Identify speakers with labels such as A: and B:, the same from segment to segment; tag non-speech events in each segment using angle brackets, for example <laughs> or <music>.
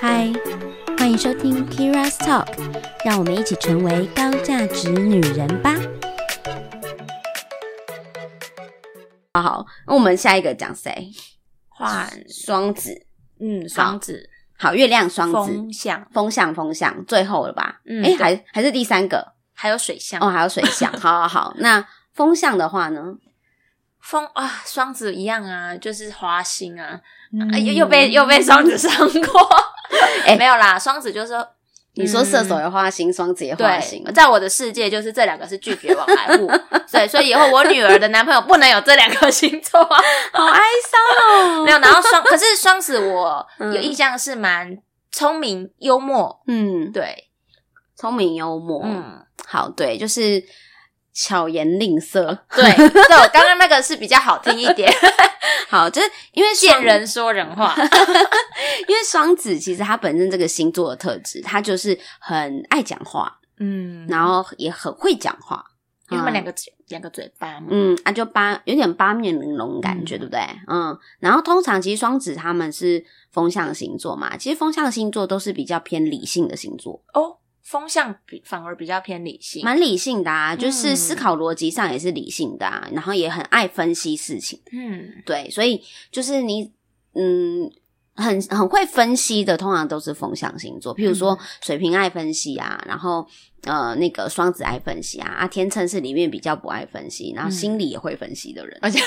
A: 嗨，欢迎收听 Kira's Talk，让我们一起成为高价值女人吧。好，那我们下一个讲谁？
B: 换
A: 双子。
B: 嗯双子
A: 好，月亮双子，
B: 风象，
A: 风象风象，最后了吧？
B: 嗯
A: 哎、
B: 对
A: 还还是第三个
B: 还有水象
A: 哦，还有水
B: <laughs>
A: 象。好好好，那风象的话呢？
B: 风啊，双子一样啊，就是花心啊，啊
A: 哎
B: 又又被又被双子伤过，
A: <laughs> 哎
B: 没有啦，双子就是
A: 你说射手
B: 嗯
A: 也花心，双子也花心
B: 对，，在我的世界就是这两个是拒绝往来户，对，所以以后我女儿的男朋友不能有这两个星座啊，
A: <laughs> 好哀伤哦
B: <laughs> 没有，然后双可是双子我
A: 嗯
B: 有印象是蛮聪明幽默，
A: 嗯，
B: 对，
A: 聪明幽默，嗯，
B: 嗯，
A: 好，对，就是巧言令
B: <laughs>
A: 色。
B: 对，对我刚刚那个是比较好听一点， <laughs>
A: 好，就是因为双
B: 见，人说人
A: <laughs>
B: 话，
A: 因为双子其实他本身这个星座的特质，他就是很爱讲话，
B: 嗯
A: 然后也很会讲话。
B: 因为他们两
A: 个，
B: 个嘴两个嘴巴嘛，
A: 嗯啊，就八有点八面玲珑的感觉，
B: 嗯
A: 对不对？嗯，然后通常其实双子他们是风象星座嘛，其实风象星座都是比较偏理性的星座，
B: 哦，风向比反而比较偏理性，
A: 蛮理性的啊，就是
B: 嗯
A: 思考逻辑上也是理性的啊，然后也很爱分析事情。
B: 嗯
A: 对，所以就是你，嗯，很很会分析的，通常都是风象星座，譬如说
B: 嗯
A: 水瓶爱分析啊，然后呃那个双子爱分析啊，啊天秤是里面比较不爱分析，然后
B: 嗯
A: 心里也会分析的人，
B: 而且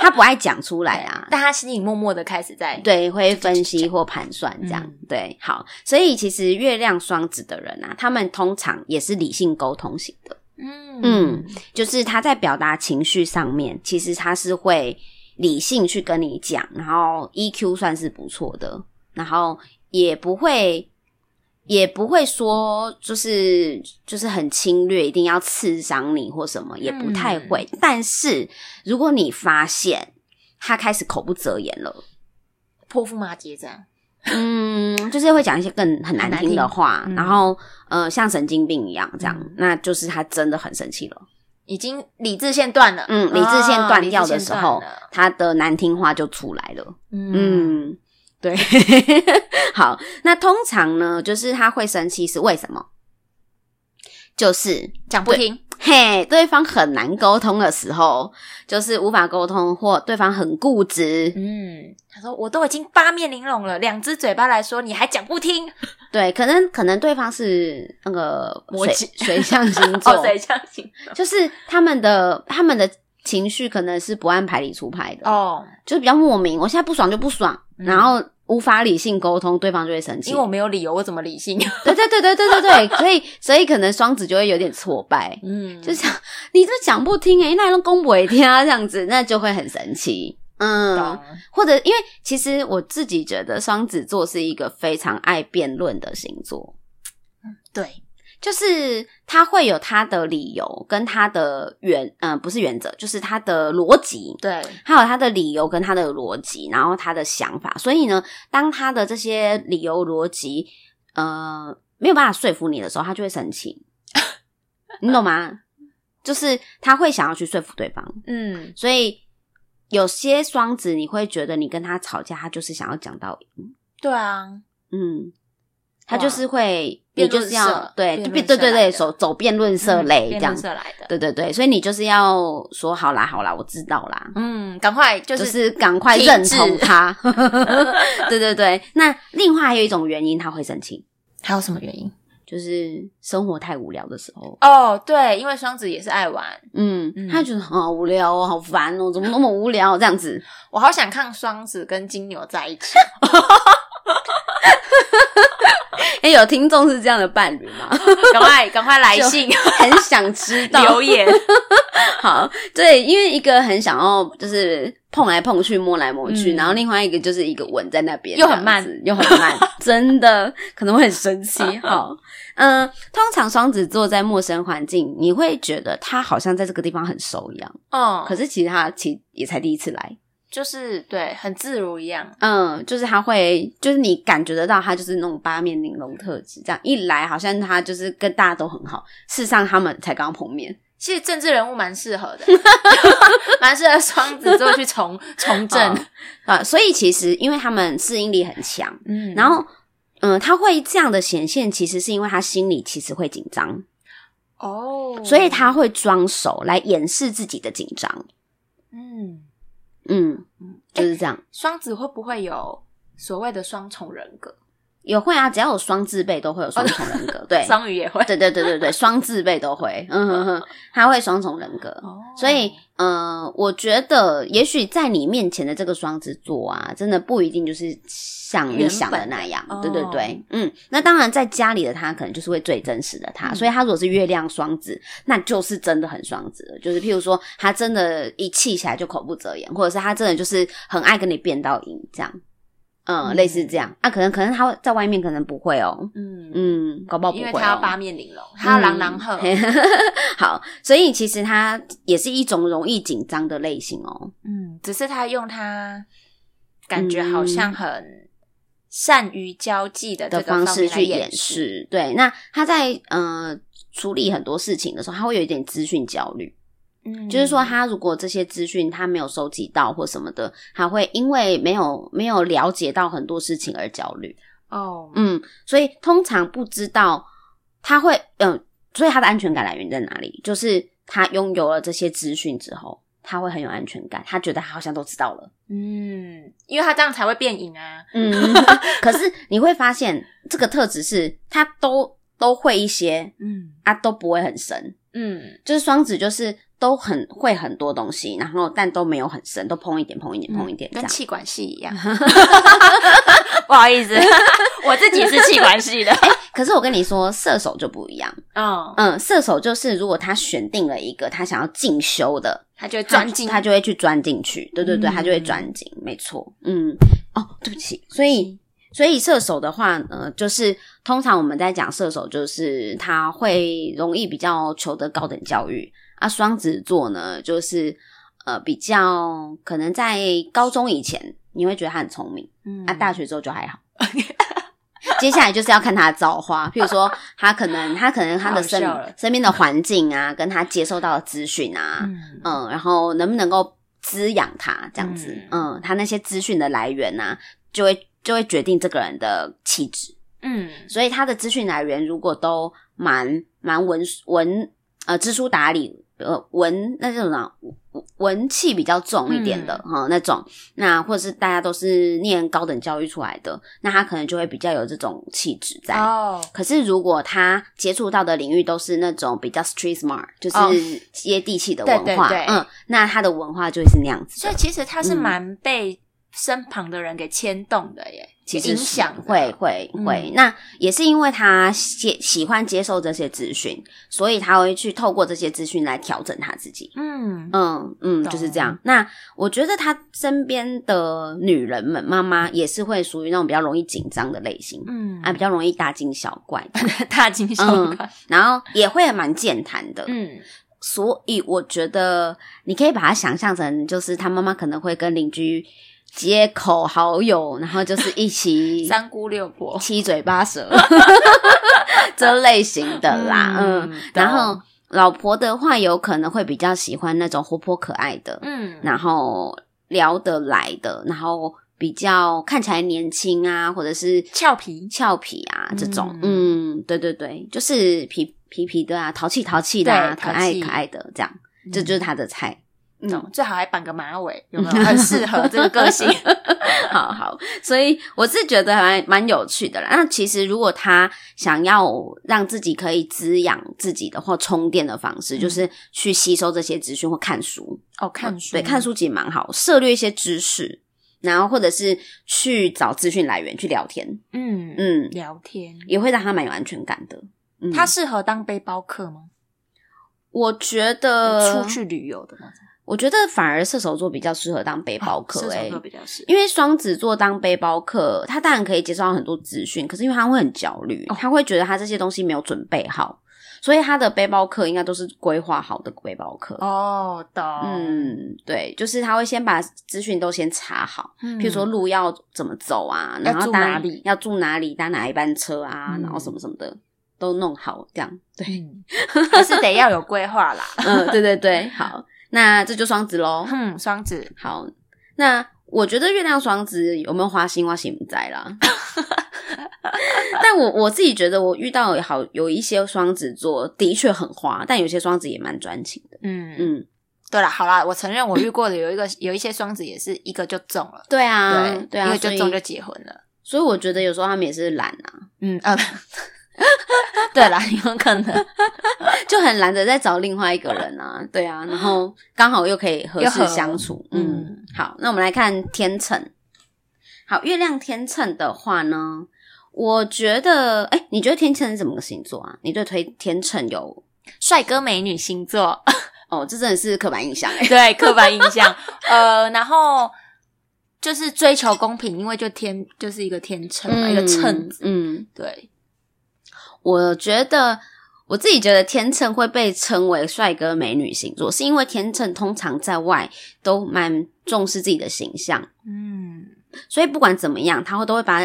A: 他不爱讲出来啊。
B: 但他心里默默的开始在
A: <laughs> 对，会分析或盘算这样，
B: 嗯
A: 对，好，所以其实月亮双子的人啊，他们通常也是理性沟通型的，
B: 嗯
A: 嗯就是他在表达情绪上面，其实他是会理性去跟你讲，然后 EQ 算是不错的，然后也不会也不会说就是就是很侵略，一定要刺伤你或什么，也不太会。但是如果你发现他开始口不择言了，
B: 泼妇骂街这样，
A: 嗯，就是会讲一些更很难听的话，
B: 很难听嗯
A: 然后呃像神经病一样这样，
B: 嗯
A: 那就是他真的很生气了。
B: 已经理智线断了，
A: 嗯，理智线
B: 哦
A: 断掉的时候
B: 理智线断了，
A: 他的难听话就出来了。
B: 嗯
A: 嗯，对。 <laughs> 好，那通常呢，就是他会生气是为什么？就是
B: 讲不听，
A: 嘿，对方很难沟通的时候，就是无法沟通，或对方很固执，
B: 嗯，他说我都已经八面玲珑了，两只嘴巴来说，你还讲不听，
A: 对，可能可能对方是那个
B: 摩
A: 水
B: 羯
A: 水 <laughs> 象星座，
B: 哦，谁相信？
A: 就是他们的他们的情绪可能是不按牌理出牌的
B: 哦，
A: 就比较莫名。我现在不爽就不爽，
B: 嗯
A: 然后无法理性沟通，对方就会生气
B: 因为。我没有理由，我怎么理性？
A: 对对对对对对对，所以 <laughs> 所以可能双子就会有点挫败，
B: 嗯，
A: 就想你这讲不听诶、欸，那都公不会听啊， <laughs> 这样子那就会很神奇。嗯
B: 懂，，
A: 或者因为其实我自己觉得双子座是一个非常爱辩论的星座，
B: 对，
A: 就是他会有他的理由跟他的原，嗯、不是原则，就是他的逻辑，
B: 对，
A: 还有他的理由跟他的逻辑，然后他的想法。所以呢，当他的这些理由逻辑，呃，没有办法说服你的时候，他就会生
B: <laughs>
A: 气，你懂吗？就是他会想要去说服对方，
B: 嗯，
A: 所以有些双子你会觉得你跟他吵架，他就是想要讲道理，
B: 对啊，
A: 嗯，他就是会，你
B: 辩
A: 就
B: 论
A: 是要
B: 社
A: 对，
B: 辩
A: 就
B: 论
A: 对对
B: 社来
A: 对，
B: 的
A: 走走辩论社类这
B: 嗯辩
A: 样
B: 论，社来的，
A: 对对对，所以你就是要说好啦好啦，我知道啦，
B: 嗯，赶快就
A: 就是是赶快认同
B: 体制
A: <laughs> 他。对对对，那另外还有一种原因他会生气，
B: 还有什么原因？
A: 就是生活太无聊的时候，
B: 哦，对，因为双子也是爱玩，
A: 嗯，
B: 嗯
A: 他觉得好无聊哦，好烦哦，怎么那么无聊这样子？
B: 我好想看双子跟金牛在
A: <laughs>
B: 一起。
A: 哎、有听众是这样的伴侣吗？
B: 赶快赶快来
A: <laughs>
B: 信
A: 很想知道 <laughs>
B: 留。言。
A: 好，对，因为一个很想要就是碰来碰去、摸来摸去，
B: 嗯
A: 然后另外一个就是一个吻在那边，
B: 又很慢
A: 这样子，又很慢，真的可能会很生
B: <laughs>
A: 气。好，嗯、通常双子座在陌生环境，你会觉得他好像在这个地方很熟一样，
B: 嗯，
A: 可
B: 是
A: 是其实他其也才第一次来，
B: 就是对，很自如一样。
A: 嗯，就是他会，就是你感觉得到他就是那种八面玲珑特质，这样一来好像他就是跟大家都很好，事实上他们才刚碰面，
B: 其实政治人物蛮适合
A: <laughs>
B: 的，蛮适合双子座去从从政。
A: 啊，所以其实因为他们适应力很强，
B: 嗯
A: 然后嗯、呃他会这样的显现，其实是因为他心里其实会紧张，
B: 哦，
A: 所以他会装熟来掩饰自己的紧张。
B: <laughs> 嗯，
A: 嗯，就是这样。
B: 双子会不会有所谓的双重人格？
A: 也会啊，只要有双字辈都会有双重人格，对，
B: <laughs> 双鱼也会
A: 对对对对对，双字辈都会，嗯哼哼，他会双重人格，
B: 哦
A: 所以呃，我觉得也许在你面前的这个双子座啊，真的不一定就是像你想的那样
B: 原，本
A: 对
B: 的哦
A: 对对，嗯，那当然在家里的他可能就是会最真实的他，
B: 嗯
A: 所以他如果是月亮双子，那就是真的很双子了，就是譬如说他真的一气起来就口不择言，或者是他真的就是很爱跟你辩到赢这样。嗯，
B: 嗯
A: 类似这样啊，可能可能他在外面可能不会哦，
B: 嗯嗯，
A: 嗯，搞不好不会、
B: 因
A: 哦，嗯
B: 为他要八面玲珑，他要狼狼鹤。
A: <laughs> 好，所以其实它也是一种容易紧张的类型哦。
B: 嗯，只是他用他感觉好像很善于交际的这
A: 的
B: 个方
A: 方式
B: 面来
A: 去掩
B: 饰。
A: 饰，对。那他在呃处理很多事情的时候，他会有一点资讯焦虑，
B: 嗯，
A: 就是说，他如果这些资讯他没有收集到或什么的，他会因为没有没有了解到很多事情而焦虑。
B: 哦，
A: 嗯，所以通常不知道他会，嗯、所以他的安全感来源在哪里？就是他拥有了这些资讯之后，他会很有安全感，他觉得他好像都知道了。
B: 嗯，因为他这样才会变赢啊。
A: 嗯， <laughs> 可是你会发现这个特质是他都都会一些
B: 嗯
A: 啊，都不会很深。
B: 嗯
A: 就是双子就是都很会很多东西，然后但都没有很深，都碰一点碰一点碰一点这
B: 嗯跟
A: 样。
B: 气管系一
A: <laughs>
B: 样。不好意思，我自己是气管系的。
A: 可是我跟你说，射手就不一样。
B: 哦，
A: 嗯，射手就是如果他选定了一个他想要进修的，
B: 他就会
A: 他
B: 钻进
A: 他就会去钻进去。对对对，
B: 嗯
A: 他就会钻进，没错。嗯，哦，对不起，所以。所以射手的话，呃，就是通常我们在讲射手，就是他会容易比较求得高等教育啊。双子座呢，就是呃比较可能在高中以前，你会觉得他很聪明，
B: 嗯
A: 啊，大学之后就还好。接下来就是要看他的造化，譬如说他可能他可能他的身
B: 太好笑了
A: 身边的环境啊，跟他接受到的资讯啊，
B: 嗯
A: 嗯，然后能不能够滋养他这样子，嗯他那些资讯的来源呐、就会就会决定这个人的气质。
B: 嗯
A: 所以他的资讯来源如果都蛮蛮文文呃知书达理呃文那叫什么文文气比较重一点的哈、那种，那或者是大家都是念高等教育出来的，那他可能就会比较有这种气质在。
B: 哦，
A: 可是，如果他接触到的领域都是那种比较 street smart，
B: 哦
A: 就是接地气的文化，
B: 对对对
A: 嗯，那他的文化就会是那样子的。
B: 所以其实他是
A: 嗯
B: 蛮被身旁的人给牵动的耶，
A: 其实
B: 影
A: 是
B: 响的
A: 会会
B: 嗯
A: 会、那也是因为他喜喜欢接受这些资讯，所以他会去透过这些资讯来调整他自己。
B: 嗯
A: 嗯嗯，
B: 懂
A: 就是这样。那我觉得他身边的女人们，妈妈也是会属于那种比较容易紧张的类型，
B: 嗯
A: 啊，比较容易大惊小怪的，
B: 大惊小
A: 嗯
B: 怪，
A: 然后也会蛮健谈的。
B: 嗯
A: 所以我觉得你可以把它想象成，就是他妈妈可能会跟邻居、街口好友，然后就是一起
B: <laughs> 三姑六婆
A: 七嘴八舌
B: <laughs>
A: 这类型的啦，嗯，然后
B: 懂
A: 老婆的话，有可能会比较喜欢那种活泼可爱的，
B: 嗯
A: 然后聊得来的，然后比较看起来年轻啊，或者是
B: 俏皮
A: 俏皮啊这种，
B: 嗯
A: 嗯，对对对，就是皮皮皮的啊，淘气淘气的啊，
B: 对
A: 可
B: 淘
A: 爱
B: 气
A: 可爱的这样，这就是他的菜。嗯
B: 懂最好还绑个马尾，有没有？很适合这个个性。
A: <laughs> 好好，所以我是觉得还蛮有趣的啦。那其实如果他想要让自己可以滋养自己的或充电的方式，就是去吸收这些资讯或看书。
B: <laughs> 哦，嗯看书
A: 对，看书其实蛮好，涉略一些知识，然后或者是去找资讯来源去聊天，
B: 嗯嗯，
A: 嗯，
B: 聊天，
A: 也会让他蛮有安全感的。嗯，
B: 他适合当背包客吗？
A: 我觉得
B: 出，去旅游的那种
A: 我觉得反而射手座比较适合当背包客、
B: 哦射
A: 欸，
B: 手座比较适合，
A: 因为双子座当背包客，他当然可以接受到很多资讯，可是因为他会很焦虑，
B: 哦
A: 他会觉得他这些东西没有准备好，所以他的背包客应该都是规划好的背包客。
B: 哦，懂，
A: 嗯，对，就是他会先把资讯都先查好，
B: 嗯
A: 譬如
B: <laughs>
A: 说路要怎么走啊，
B: 要
A: 然后
B: 住
A: 搭
B: 哪里
A: 要住哪里，搭哪一班车啊，
B: 嗯
A: 然后什么什么的。都弄好，这样对，
B: 嗯，还是得要有规划啦。
A: <laughs> 嗯，对对对，好，那这就双子喽。
B: <laughs> 嗯，双子，
A: 好，那我觉得月亮双子有没有花心，我心不在 <laughs> 啦。但我我自己觉得，我遇到有好有一些双子座的确很花，但有些双子也蛮专情的。
B: 嗯嗯，
A: 嗯，
B: 对了，好啦，我承认我遇过的有一个有一些双子也是一个就中了，
A: 对啊，
B: 嗯对
A: 啊，
B: 一个
A: 所
B: 就
A: 以
B: 中就结婚了。
A: 所以我觉得有时候他们也是懒啊，
B: 嗯呃，对啦，有可能
A: 就很懒得再找另外一个人啊，对啊，然后刚好又可以合适相处，
B: 又合
A: 嗯，好，那我们来看天秤，好，月亮天秤的话呢，我觉得，哎、你觉得天秤是什么个星座啊？你对推天秤有
B: 帅哥美女星座，
A: 哦，这真的是刻板印象哎、
B: <laughs> 对刻板印象。呃，然后就是追求公平，因为就天就是一个天秤 <laughs> 嘛，一个秤子。
A: 嗯，
B: 对，
A: 我觉得我自己觉得天秤会被称为帅哥美女星座，是因为天秤通常在外都蛮重视自己的形象，
B: 嗯
A: 所以不管怎么样，他会都会把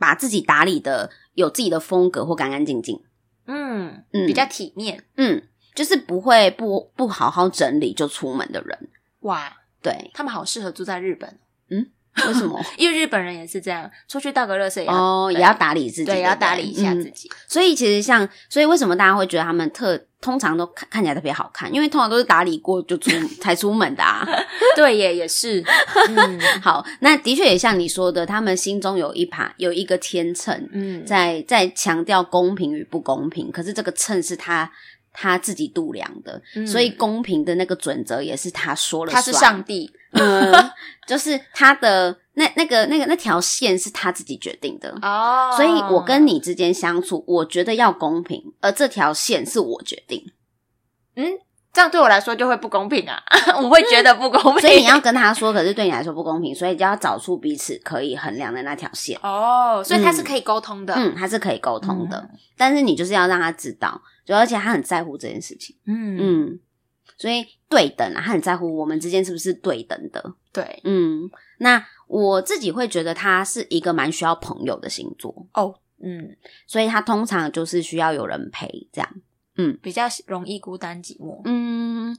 A: 把自己打理的有自己的风格或干干净净，
B: 嗯，
A: 嗯，
B: 比较体面。
A: 嗯，就是不会不不好好整理就出门的人，
B: 哇， <laughs>
A: 对，
B: 他们好适合住在日本，哦
A: 为什么？
B: 因为日本人也是这样，出去倒个热水也要、
A: 哦，也要打理自己，
B: 啊对，也要打理一下
A: 嗯
B: 自己。 <laughs>
A: 所以其实像，所以为什么大家会觉得他们特通常都看看起来特别好看？因为通常都是打理过就
B: <laughs>
A: 出才出门的啊。
B: 对耶，也是。嗯
A: 好，那的确也像你说的，他们心中有一盘有一个天秤，
B: 嗯，
A: 在在强调公平与不公平，可是这个秤是他他自己度量的，
B: 嗯
A: 所以公平的那个准则也是他说了
B: 他
A: 算，
B: 是上帝。
A: 嗯，就是他的那那个那个那条线是他自己决定的。
B: 哦
A: 所以，我跟你之间相处，我觉得要公平，而这条线是我决
B: <laughs>
A: 定，
B: 这样对我来说就会不公平啊， <laughs> 我会觉得不公平。
A: 所以你要跟他说，可是对你来说不公平，所以就要找出彼此可以衡量的那条线。
B: 哦，所以他是可以沟通的。
A: 嗯，他是可以沟通的，
B: 嗯
A: 但是你就是要让他知道，就而且他很在乎这件事情。
B: 嗯嗯，
A: 嗯，所以对等啊，他很在乎我们之间是不是对等的。
B: 对。
A: 嗯，那我自己会觉得他是一个蛮需要朋友的星座，
B: 哦，嗯，
A: 所以他通常就是需要有人陪这样。
B: 比较容易孤单寂寞。
A: 嗯，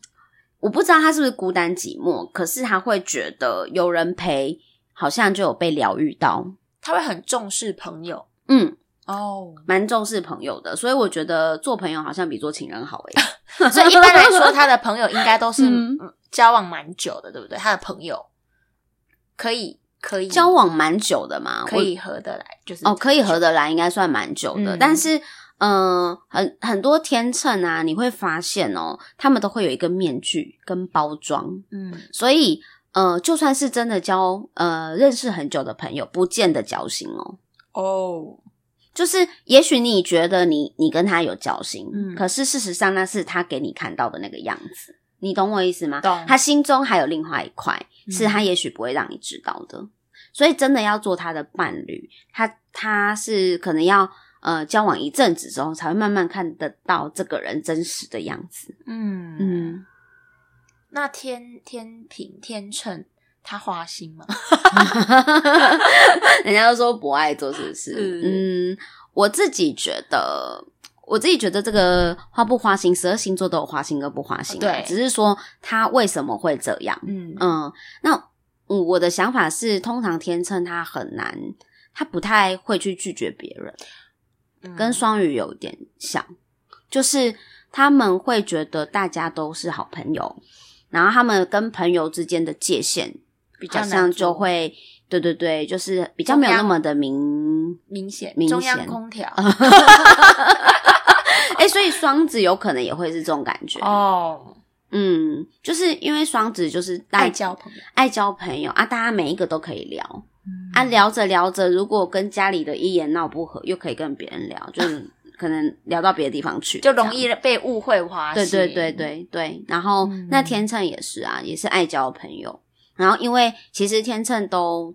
A: 我不知道他是不是孤单寂寞，可是他会觉得有人陪，好像就有被疗愈到。
B: 他会很重视朋友。
A: 嗯，
B: 哦，
A: 蛮重视朋友的，所以我觉得做朋友好像比做情人好欸诶、
B: <laughs> <laughs> 所以一般来说，他的朋友应该都是
A: 嗯
B: 嗯交往蛮久的，对不对？他的朋友可以可以
A: 交往蛮久的嘛，
B: 可以合得来，就是
A: 哦，可以合得来，应该算蛮久的。
B: 嗯
A: 但是，嗯、很很多天秤啊，你会发现哦，他们都会有一个面具跟包装，
B: 嗯
A: 所以，呃，就算是真的交呃认识很久的朋友，不见得交心哦。
B: 哦
A: 就是，也许你觉得你你跟他有交心，
B: 嗯
A: 可是事实上那是他给你看到的那个样子，你懂我意思吗？
B: 懂
A: 他心中还有另外一块，
B: 嗯
A: 是他也许不会让你知道的。所以真的要做他的伴侣，他他是可能要呃交往一阵子之后，才会慢慢看得到这个人真实的样子。
B: 嗯嗯，
A: 嗯，
B: 那天天平天秤他花心吗？
A: <laughs> 人家都说不爱做是不是？嗯，我自己觉得，我自己觉得这个花不花心，十二星座都有花心跟不花心、啊，
B: 对
A: 只是说他为什么会这样。
B: 嗯
A: 嗯，那嗯我的想法是，通常天秤他很难，他不太会去拒绝别人，
B: 嗯
A: 跟双鱼有点像，就是他们会觉得大家都是好朋友，然后他们跟朋友之间的界限
B: 比较
A: 好
B: 难
A: 像
B: 做
A: 就会，对对对，就是比较没有那么的明。
B: 明显
A: 明
B: 中央
A: 显
B: 空调
A: 哎、所以双子有可能也会是这种感觉，
B: 哦，
A: 嗯，就是因为双子就是大
B: 爱交朋友
A: 爱交朋友啊，大家每一个都可以聊，
B: 嗯
A: 啊，聊着聊着，如果跟家里的一言闹不和，又可以跟别人
B: <laughs>
A: 聊，就是可能聊到别的地方去，
B: 就容
A: 这样。
B: 易被误会花
A: 对
B: 心。
A: 对对对对，然后、
B: 嗯
A: 那天秤也是啊，也是爱交朋友。然后因为其实天秤都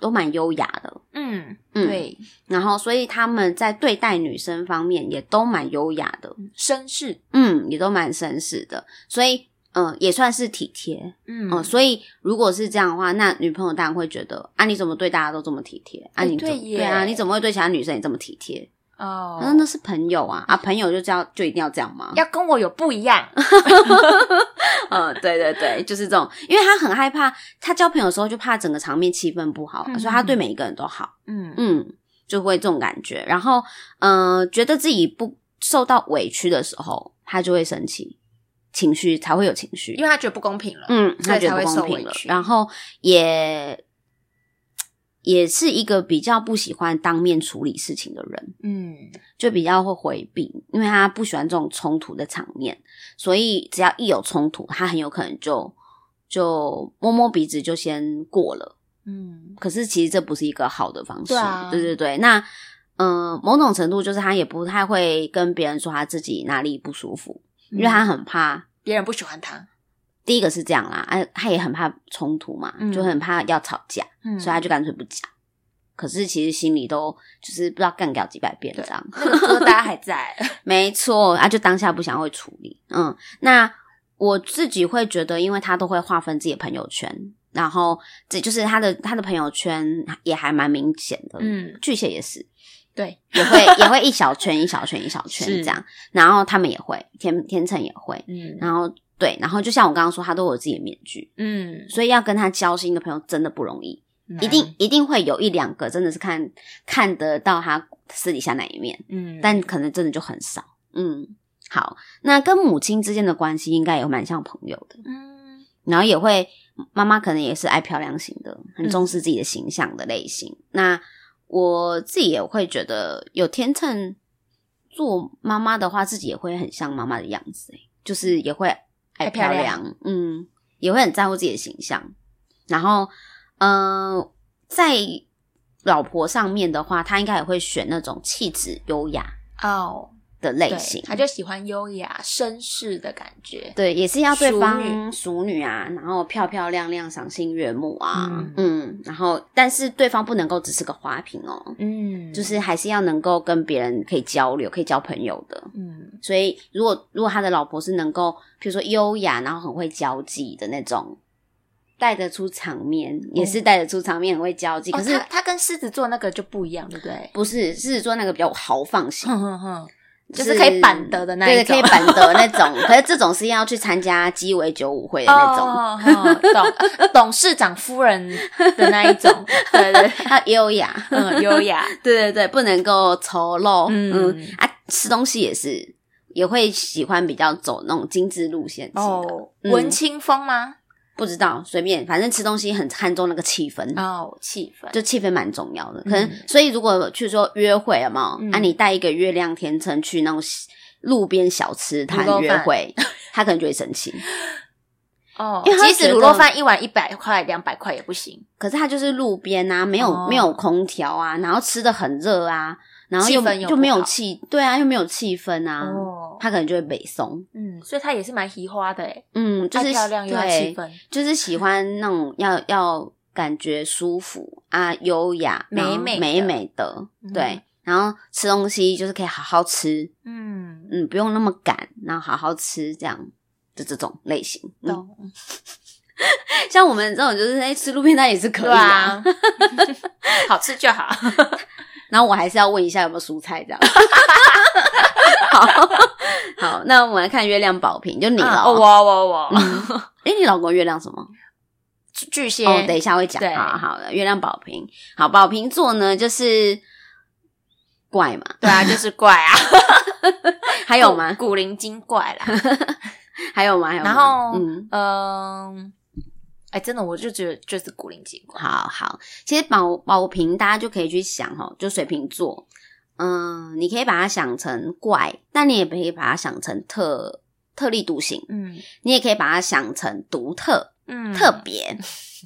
A: 都蛮优雅的，
B: 嗯，
A: 嗯
B: 对，
A: 然后所以他们在对待女生方面也都蛮优雅的，
B: 绅士，
A: 嗯，也都蛮绅士的，所以嗯、呃也算是体贴，
B: 嗯
A: 哦，所以如果是这样的话，那女朋友当然会觉得啊，你怎么对大家都这么体贴？啊，
B: 哎
A: 你怎么
B: 对耶
A: 对啊，你怎么会对其他女生也这么体贴？
B: 哦
A: 他说那是朋友啊，啊，朋友就这样就一定要这样 <laughs> 吗？
B: 要跟我有不一样，
A: 嗯，对对对，就是这种，因为他很害怕，他交朋友的时候就怕整个场面气氛不好，
B: 嗯
A: 所以他对每一个人都好，
B: 嗯
A: 嗯，就会这种感觉。然后，嗯、觉得自己不受到委屈的时候，他就会生气，情绪才会有情绪，
B: 因为他觉得不公平了，
A: 嗯，
B: 所
A: 他
B: 以
A: 觉
B: 才
A: 得
B: 会
A: 不
B: 受
A: 公平
B: 委
A: 了，
B: 屈
A: 然后也也是一个比较不喜欢当面处理事情的人，
B: 嗯
A: 就比较会回避，因为他不喜欢这种冲突的场面，所以只要一有冲突，他很有可能就就摸摸鼻子就先过了。
B: 嗯
A: 可是其实这不是一个好的方式，
B: 对啊
A: 对对对那。嗯、某种程度就是他也不太会跟别人说他自己哪里不舒服，因为
B: 嗯
A: 他很怕
B: 别人不喜欢他，
A: 第一个是这样啦，哎、他也很怕冲突嘛，
B: 嗯
A: 就很怕要吵架，
B: 嗯
A: 所以他就干脆不讲。可是其实心里都就是不知道干掉几百遍这样，
B: 那个疙瘩还
A: <laughs>
B: 在，
A: 没错，啊，就当下不想会处理。嗯，那我自己会觉得，因为他都会划分自己的朋友圈，然后这就是他的他的朋友圈也还蛮明显的，
B: 嗯，
A: 巨蟹也是，
B: 对，
A: 也
B: <laughs>
A: 会也会一小圈一小圈一小圈
B: 是
A: 这样，然后他们也会，天天秤也会，
B: 嗯
A: 然后对，然后就像我刚刚说，他都有自己的面具，
B: 嗯，
A: 所以要跟他交心的朋友真的不容易，
B: 难
A: 一定一定会有一两个真的是看看得到他私底下那一面，
B: 嗯，
A: 但可能真的就很少。嗯，好，那跟母亲之间的关系应该也蛮像朋友的，
B: 嗯
A: 然后也会妈妈可能也是爱漂亮型的，
B: 嗯
A: 很重视自己的形象的类型。那我自己也会觉得有天秤做妈妈的话，自己也会很像妈妈的样子、欸，就是也会爱
B: 爱漂
A: 漂
B: 亮
A: 嗯，也会很在乎自己的形象。然后，嗯、在老婆上面的话，她应该也会选那种气质优雅
B: 哦，
A: 的
B: 对
A: 类型，，
B: 他就喜欢优雅绅士的感觉，
A: 对，也是要对
B: 淑
A: 方淑女啊，然后漂漂亮亮、赏心悦目啊，嗯
B: 嗯
A: 然后但是对方不能够只是个花瓶哦，
B: 嗯，
A: 就是还是要能够跟别人可以交流、可以交朋友的。
B: 嗯
A: 所以，如果如果他的老婆是能够，比如说优雅，然后很会交际的那种，带得出场面，也是带得出场面，很会交际。
B: 哦
A: 可是
B: 他他跟狮子座那个就不一样，对不对？
A: 不是狮子座那个比较豪放型，
B: 哼哼哼，嗯就是可以板得的那
A: 对对，
B: 一
A: 可以
B: 种
A: 板得那种。可是这种是要去参加鸡尾酒舞会的那种。
B: 哦，懂董事长夫人的那一种，对对，对
A: 要优雅，
B: <laughs> 嗯，优雅，
A: 对对对，不能够丑陋，嗯
B: 嗯
A: 啊，吃东西也是，也会喜欢比较走那种精致路线型的，
B: 哦，
A: 嗯
B: 文青风吗？
A: 不知道随便，反正吃东西很看重那个气氛。
B: 哦，气氛，
A: 就气氛蛮重要的，可能、
B: 嗯
A: 所以如果去说约会有没有、
B: 嗯
A: 啊，你带一个月亮天秤去那种路边小吃摊
B: 卤肉饭
A: 约
B: <laughs>
A: 会，他可能就会生气。
B: 哦，
A: 因为他
B: 即使
A: 觉得
B: 卤肉饭一碗一百块、两百块也不行，
A: 可是他就是路边啊，没有、
B: 哦
A: 没有空调啊，然后吃的很热啊，然后又
B: 气氛又
A: 就没有
B: 不好
A: 气，对啊，又没有气氛啊，
B: 哦，
A: 他可能就会北松。
B: 嗯，所以他也是蛮喜花的，哎，
A: 嗯，就是
B: 爱漂亮又爱气
A: 对，
B: 氛，
A: 就是喜欢那种要要感觉舒服啊、优雅、
B: 美
A: 然后
B: 美的
A: 美美的，
B: 嗯
A: 对。然后吃东西就是可以好好吃，
B: 嗯，
A: 嗯，不用那么赶，然后好好吃这样的这种类型。嗯，
B: 懂，
A: <laughs> 像我们这种就是哎、吃路边摊也是可以
B: 对
A: 的、
B: 啊， <laughs> 好吃就好，
A: 然后我还是要问一下有没有蔬菜这样。 <laughs> 好，好，那我们来看月亮宝瓶，就你了。
B: 哦，我我我，
A: <laughs> 哎、你老公月亮什么？
B: 巨蟹，
A: 哦，等一下会讲
B: 对
A: 好好的，月亮宝瓶，好，宝瓶座呢就是怪嘛，
B: 对啊，就是怪 <laughs> 啊，
A: 还有吗？
B: <laughs> 古古灵精怪啦，
A: 还有吗？还有吗
B: 哦然后
A: 嗯，
B: 嗯，哎，真的，我就觉得就是古灵精怪，
A: 好好，其实宝宝瓶大家就可以去想哦，就水瓶座，嗯，你可以把它想成怪，但你也可以把它想成特特立独行，
B: 嗯
A: 你也可以把它想成独特、
B: 嗯，
A: 特别，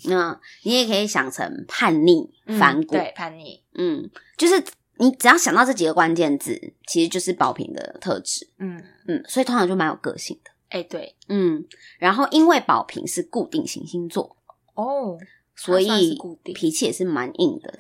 A: 嗯，你也可以想成叛逆、
B: 嗯
A: 反骨，
B: 对叛逆，
A: 嗯，就是你只要想到这几个关键字，其实就是宝瓶的特质。
B: 嗯，
A: 嗯，所以通常就蛮有个性的。
B: 哎，对，
A: 嗯，然后因为宝瓶是固定型星座， <laughs>
B: 哦，
A: 所
B: 它算是
A: 以
B: 固定
A: 脾气也是蛮硬
B: <laughs>
A: 的，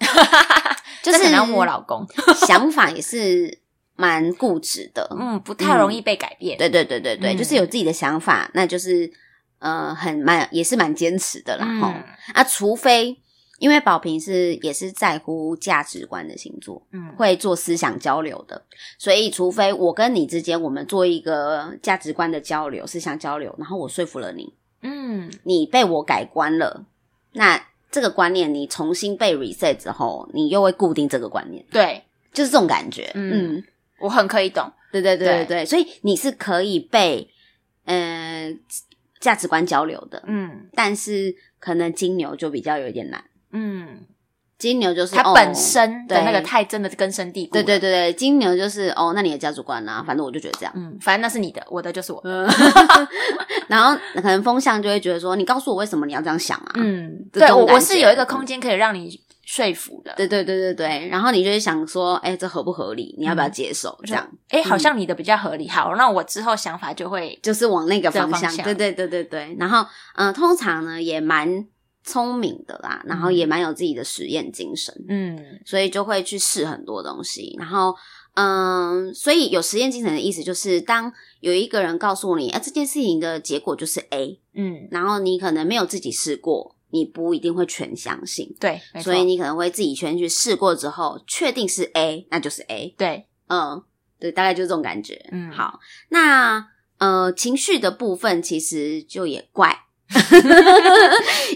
A: 就
B: 这
A: 是
B: 可能我老公，
A: <laughs> 想法也是蛮固执的。
B: 嗯，不太容易被改变，
A: 对对对对对，
B: 嗯
A: 就是有自己的想法，那就是呃，很蛮也是蛮坚持的啦。哈、
B: 嗯
A: 啊，除非因为宝瓶是也是在乎价值观的星座，
B: 嗯
A: 会做思想交流的，所以除非我跟你之间我们做一个价值观的交流、思想交流，然后我说服了你，
B: 嗯
A: 你被我改观了，那这个观念你重新被 reset 之后，你又会固定这个观念，
B: 对
A: 就是这种感觉。
B: 嗯
A: 嗯，
B: 我很可以懂，
A: 对对对对对，
B: 对
A: 所以你是可以被呃价值观交流的，
B: 嗯
A: 但是可能金牛就比较有一点难。
B: 嗯，
A: 金牛就是
B: 它
A: 哦
B: 本身的那个
A: 对
B: 太真的根深蒂固，
A: 对对，对对，金牛就是哦，那你的价值观啊，反正我就觉得这样。
B: 嗯，反正那是你的，我的就是我的，
A: 然后可能风向就会觉得说，你告诉我为什么你要这样想啊？
B: <laughs> 嗯，
A: 这
B: 对
A: 种
B: 我
A: 感
B: 我是
A: 觉
B: 有一个空间可以让你说服的，
A: 对对对对对，然后你就会想说，哎、这合不合理？你要不要接受？这样嗯
B: 哎，好像你的比较合理，好，那我之后想法就会
A: 就是往那个
B: 这个
A: 方向。
B: 方向
A: 对对对对对。然后，嗯、通常呢也蛮聪明的啦，然后
B: 嗯
A: 也蛮有自己的实验精神，
B: 嗯
A: 所以就会去试很多东西。然后，嗯，所以有实验精神的意思就是，当有一个人告诉你，啊，这件事情的结果就是 A，
B: 嗯，
A: 然后你可能没有自己试过，你不一定会全相信。
B: 对，没
A: 所
B: 错
A: 以你可能会自己先去试过之后，确定是 A，那就是 A。
B: 对，
A: 嗯，对，大概就是这种感觉。
B: 嗯
A: 好，那呃，情绪的部分其实就也怪，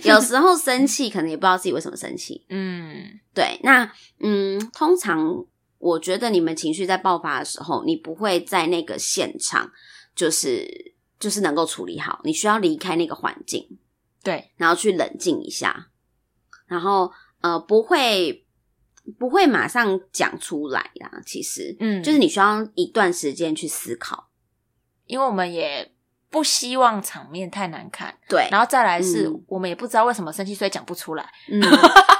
A: 有时候生气可能也不知道自己为什么生气。
B: 嗯
A: 对，那嗯，通常我觉得你们情绪在爆发的时候，你不会在那个现场，就是就是能够处理好，你需要离开那个环境。
B: 对，
A: 然后去冷静一下，然后呃不会不会马上讲出来啦，其实、
B: 嗯，
A: 就是你需要一段时间去思考，
B: 因为我们也不希望场面太难看，
A: 对，
B: 然后再来是、
A: 嗯
B: 我们也不知道为什么生气，所以讲不出来。 <laughs>
A: 嗯，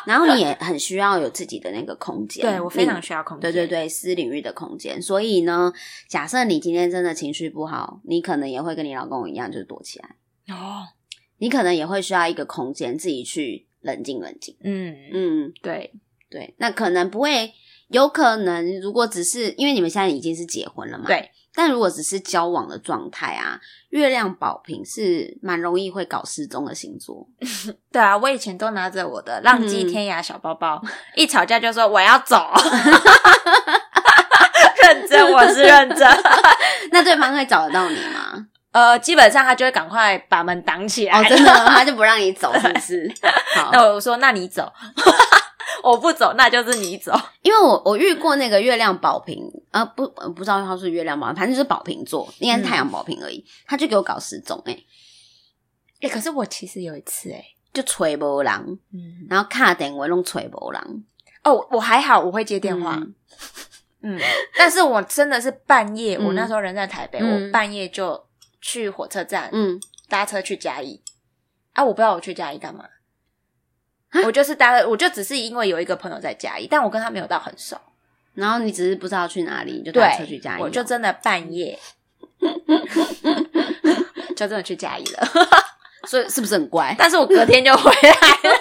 A: 然后你也很需要有自己的那个空间，
B: 对我非常
A: 你
B: 需要空间，
A: 嗯对对，对，私领域的空间。所以呢，假设你今天真的情绪不好，你可能也会跟你老公一样，就是躲起来，
B: 哦，
A: 你可能也会需要一个空间自己去冷静冷静，
B: 嗯，
A: 嗯。
B: 对，
A: 对，那可能不会，有可能如果只是因为你们现在已经是结婚了嘛，
B: 对。
A: 但如果只是交往的状态啊，月亮宝瓶是蛮容易会搞失踪的星座。
B: 对啊，我以前都拿着我的浪迹
A: 嗯
B: 天涯小
A: <laughs>
B: 包包，一吵架就说我要走。认真，我是认真。
A: <laughs> 那对方会找得到你
B: <laughs>
A: 吗？
B: 呃，基本上他就会赶快把门挡起来。
A: 哦，真的吗？ <laughs> 他就不让你
B: <laughs>
A: 走，是不是？好，
B: 那我说，那
A: <laughs>
B: 你走，我不走，那就是你走。
A: 因为我我遇过那个月亮宝瓶，呃，不呃不知道他是月亮宝瓶，反正就是宝瓶座，应该是太阳宝瓶而已。
B: 嗯
A: 他就给我搞失踪，哎，
B: 哎、可是我其实有一次、欸，哎，
A: 就吹波浪，
B: 嗯，
A: 然后卡点我弄吹波浪
B: 哦，我我还好，我会接电话。
A: 嗯
B: 嗯，但是我真的是半夜，
A: 嗯
B: 我那时候人在台北，
A: 嗯
B: 我半夜就去火车站、
A: 嗯，
B: 搭车去嘉义。啊，我不知道我去嘉义干嘛，
A: 啊
B: 我就是搭了，我就只是因为有一个朋友在嘉义，但我跟他没有到很熟，
A: 然后你只是不知道去哪里，你就
B: 对
A: 搭车去嘉义。
B: 我就真的半夜就真的去嘉义了，
A: 所以是不是很乖？
B: 但是我隔天就回来了，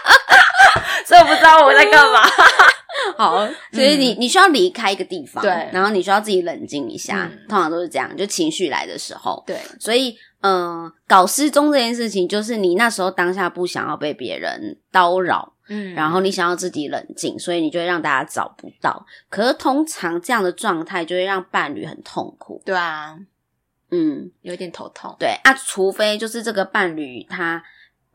B: <laughs> 所以我不知道我在干嘛。
A: <laughs>
B: 嗯
A: 好， <laughs> 所以你、你需要离开一个地方，
B: 对
A: 然后你需要自己冷静一下，
B: 嗯
A: 通常都是这样，就情绪来的时候。
B: 对，
A: 所以，嗯、搞失踪这件事情，就是你那时候当下不想要被别人叨扰，
B: 嗯
A: 然后你想要自己冷静，所以你就会让大家找不到。可是通常这样的状态就会让伴侣很痛苦。
B: 对啊，
A: 嗯，
B: 有点头痛。
A: 对啊，除非就是这个伴侣他，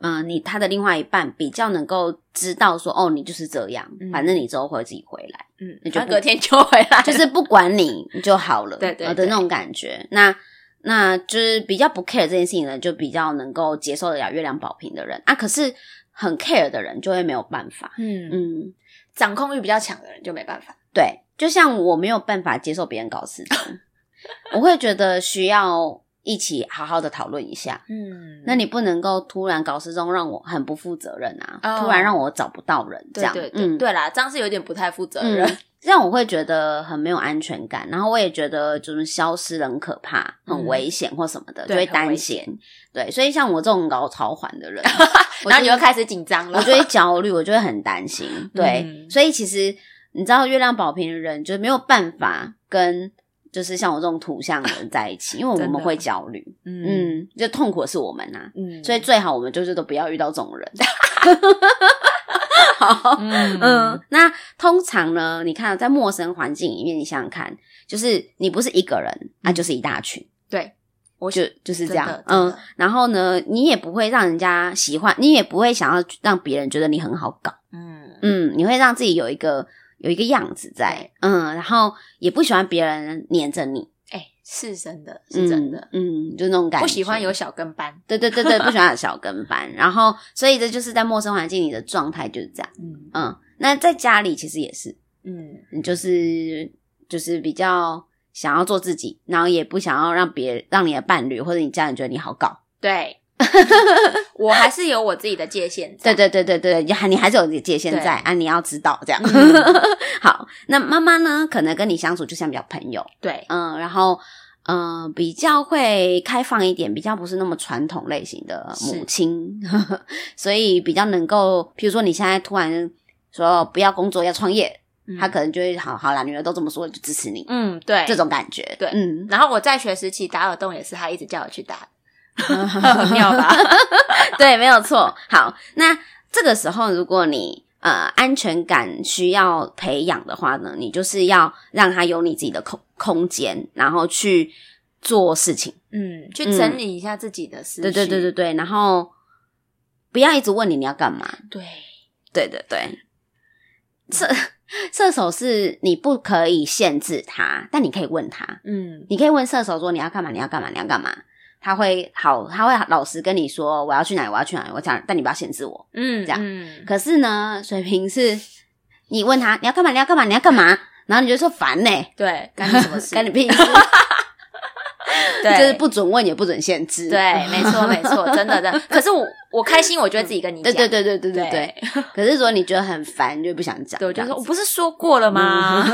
A: 嗯、你他的另外一半比较能够知道说，哦，你就是这样，
B: 嗯
A: 反正你之后会自己回来，
B: 嗯，
A: 那就
B: 然
A: 不
B: 后隔天就回来
A: <laughs>
B: 了，
A: 就是不管你就好了，
B: 对对
A: 呃的
B: 对
A: 那种感觉。那那就是比较不 care 这件事情的，就比较能够接受得了月亮宝瓶的人啊。可是很 care 的人就会没有办法，
B: 嗯，
A: 嗯，
B: 掌控欲比较强的人就没办法。
A: 对，就像我没有办法接受别人搞事情，
B: <laughs>
A: 我会觉得需要一起好好的讨论一下，
B: 嗯
A: 那你不能够突然搞失踪，让我很不负责任啊！
B: 哦
A: 突然让我找不到人，这
B: 对
A: 样，
B: 对对、
A: 嗯，
B: 对啦，这样是有点不太负责任。
A: 嗯，
B: <laughs>
A: 这样我会觉得很没有安全感，然后我也觉得就是消失很可怕、很
B: 嗯
A: 危险或什么的，就
B: 对
A: 会
B: 很
A: 担
B: 危
A: 心。对，所以像我这种搞超环
B: <laughs>
A: 的人，我
B: 然后你
A: 就
B: 又开始紧张了
A: 我，就会焦虑，我就会很担
B: <laughs>
A: 心。对，
B: 嗯
A: 所以其实你知道，月亮宝瓶的人就没有办法跟就是像我这种土象的人在一起，因为我
B: <laughs> 真
A: 们
B: 的
A: 会焦虑，嗯，就痛苦的是我们呐、
B: 嗯
A: 所以最好我们就是都不要遇到这种人。好。
B: 嗯
A: 嗯，那通常呢，你看在陌生环境里面，你想想看，就是你不是一个人，那、就是一大群，
B: 对，我
A: 就就是这
B: 真
A: 样
B: 的。真
A: 嗯
B: 的，
A: 然后呢，你也不会让人家喜欢，你也不会想要让别人觉得你很好搞。
B: 嗯
A: 嗯，你会让自己有一个有一个样子在
B: 对。
A: 嗯，然后也不喜欢别人黏着你，
B: 哎、是真的，是真的，
A: 嗯。嗯，就那种感觉。
B: 不喜欢有小跟班，
A: 对对对对，不喜欢有小跟班。然后，所以这就是在陌生环境里的状态就是这样。
B: 嗯
A: 嗯，那在家里其实也是。
B: 嗯
A: 你就是就是比较想要做自己，然后也不想要让别让你的伴侣或者你家人觉得你好搞。 <laughs>
B: 对，我还是有我自己的界限在，
A: 对对对对对，你还你还是有你的界限在
B: 对嗯
A: 啊，你要知道这样。 <laughs> 好，那妈妈呢，可能跟你相处就像比较朋友，
B: 对，
A: 嗯，然后嗯、呃比较会开放一点，比较不是那么传统类型的母
B: 是
A: 亲， <laughs> 所以比较能够，譬如说你现在突然说不要工作要创业，
B: 嗯
A: 她可能就会好好啦，女儿都这么说，就支持你。
B: 嗯对
A: 这。种感觉。
B: 对
A: 嗯，
B: 然后我在学时期打耳洞也是他一直叫我去 <laughs> 打，很妙吧？
A: 对，没有错。好，那这个时候如果你呃安全感需要培养的话呢，你就是要让他有你自己的空空间，然后去做事情。
B: 嗯，去整理一下自己的思绪，
A: 对对对对对，然后不要一直问你你要干嘛。
B: 对，
A: 对对对，射射手是你不可以限制他，但你可以问他。
B: 嗯
A: 你可以问射手说你要干嘛，你要干嘛，你要干嘛，他会好，他会老实跟你说我要去哪里，我要去哪里，我讲，但你不要限制我。
B: 嗯
A: 这样
B: 嗯
A: 可是呢，水瓶是，你问他你要干嘛，你要干嘛，你要干嘛，然后你就说烦呢、
B: 对，干 <laughs> 你什么事？
A: 干你屁事，
B: 对，
A: 就是不准问也不准限制。
B: 对，没错没错，真的真 <laughs> 的。可是我我开心，我就会自己跟你
A: 对
B: 讲，
A: 对对对对对
B: 对
A: 对。可是如果你觉得很烦，你就不想讲。
B: 对，我
A: 这
B: 就
A: 样
B: 说哦
A: 子
B: 我不是说过了吗？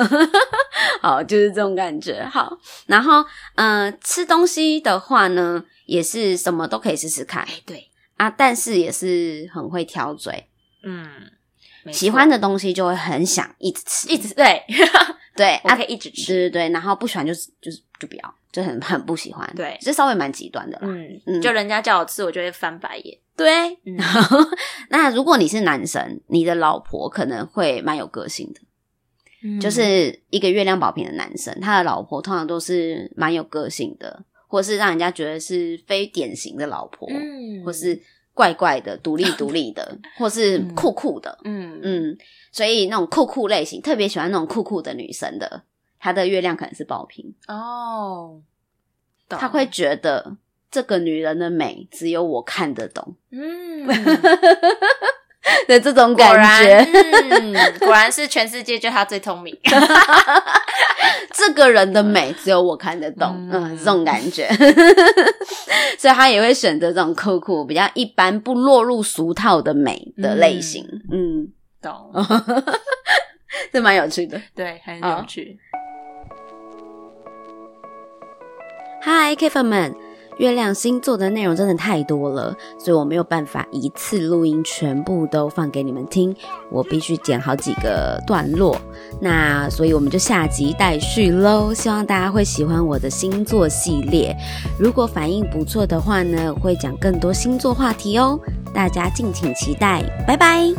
A: <laughs> 好，就是这种感觉。好，然后呃，吃东西的话呢，也是什么都可以试试看
B: 哎，对，
A: 啊，但是也是很会挑嘴。
B: 嗯，没错
A: 喜欢的东西就会很想一直吃，
B: 一直对，
A: 对
B: 我
A: 啊，
B: 可
A: 对
B: 以一直吃，
A: 对对，然后不喜欢就是就是就不要，就很很不喜欢，
B: 对
A: 这稍微蛮极端的啦。嗯
B: 嗯，就人家叫我吃，我就会翻白眼。
A: 对，
B: 嗯
A: 然后 <laughs> 那如果你是男生，你的老婆可能会蛮有个性的，
B: 嗯
A: 就是一个月亮宝瓶的男生，他的老婆通常都是蛮有个性的，或是让人家觉得是非典型的老婆，
B: 嗯，
A: 或是怪怪的、独立独立的，或是
B: 嗯
A: 酷酷的，
B: 嗯嗯
A: 嗯，所以那种酷酷类型，特别喜欢那种酷酷的女生的，她的月亮可能是宝瓶，
B: 哦，懂
A: 她会觉得这个女人的美只有我看得 <laughs> 懂
B: 嗯，
A: 的这种
B: 果
A: 感
B: 然
A: 觉。
B: 嗯，果然是全世界就他最聪
A: <laughs>
B: 明。
A: 这个人的美只有我看得懂，嗯
B: 嗯
A: 这种感觉。 <laughs> 所以她也会选择这种酷酷、比较一般、不落入俗套的美的类型。嗯，
B: 懂，
A: 这蛮有趣的。
B: 对，很
A: 好
B: 有趣。
A: 嗨，K 粉们，月亮星座的内容真的太多了，所以我没有办法一次录音全部都放给你们听，我必须剪好几个段落。那所以我们就下集待续喽，希望大家会喜欢我的星座系列。如果反应不错的话呢，我会讲更多星座话题哦，大家敬请期待，拜拜。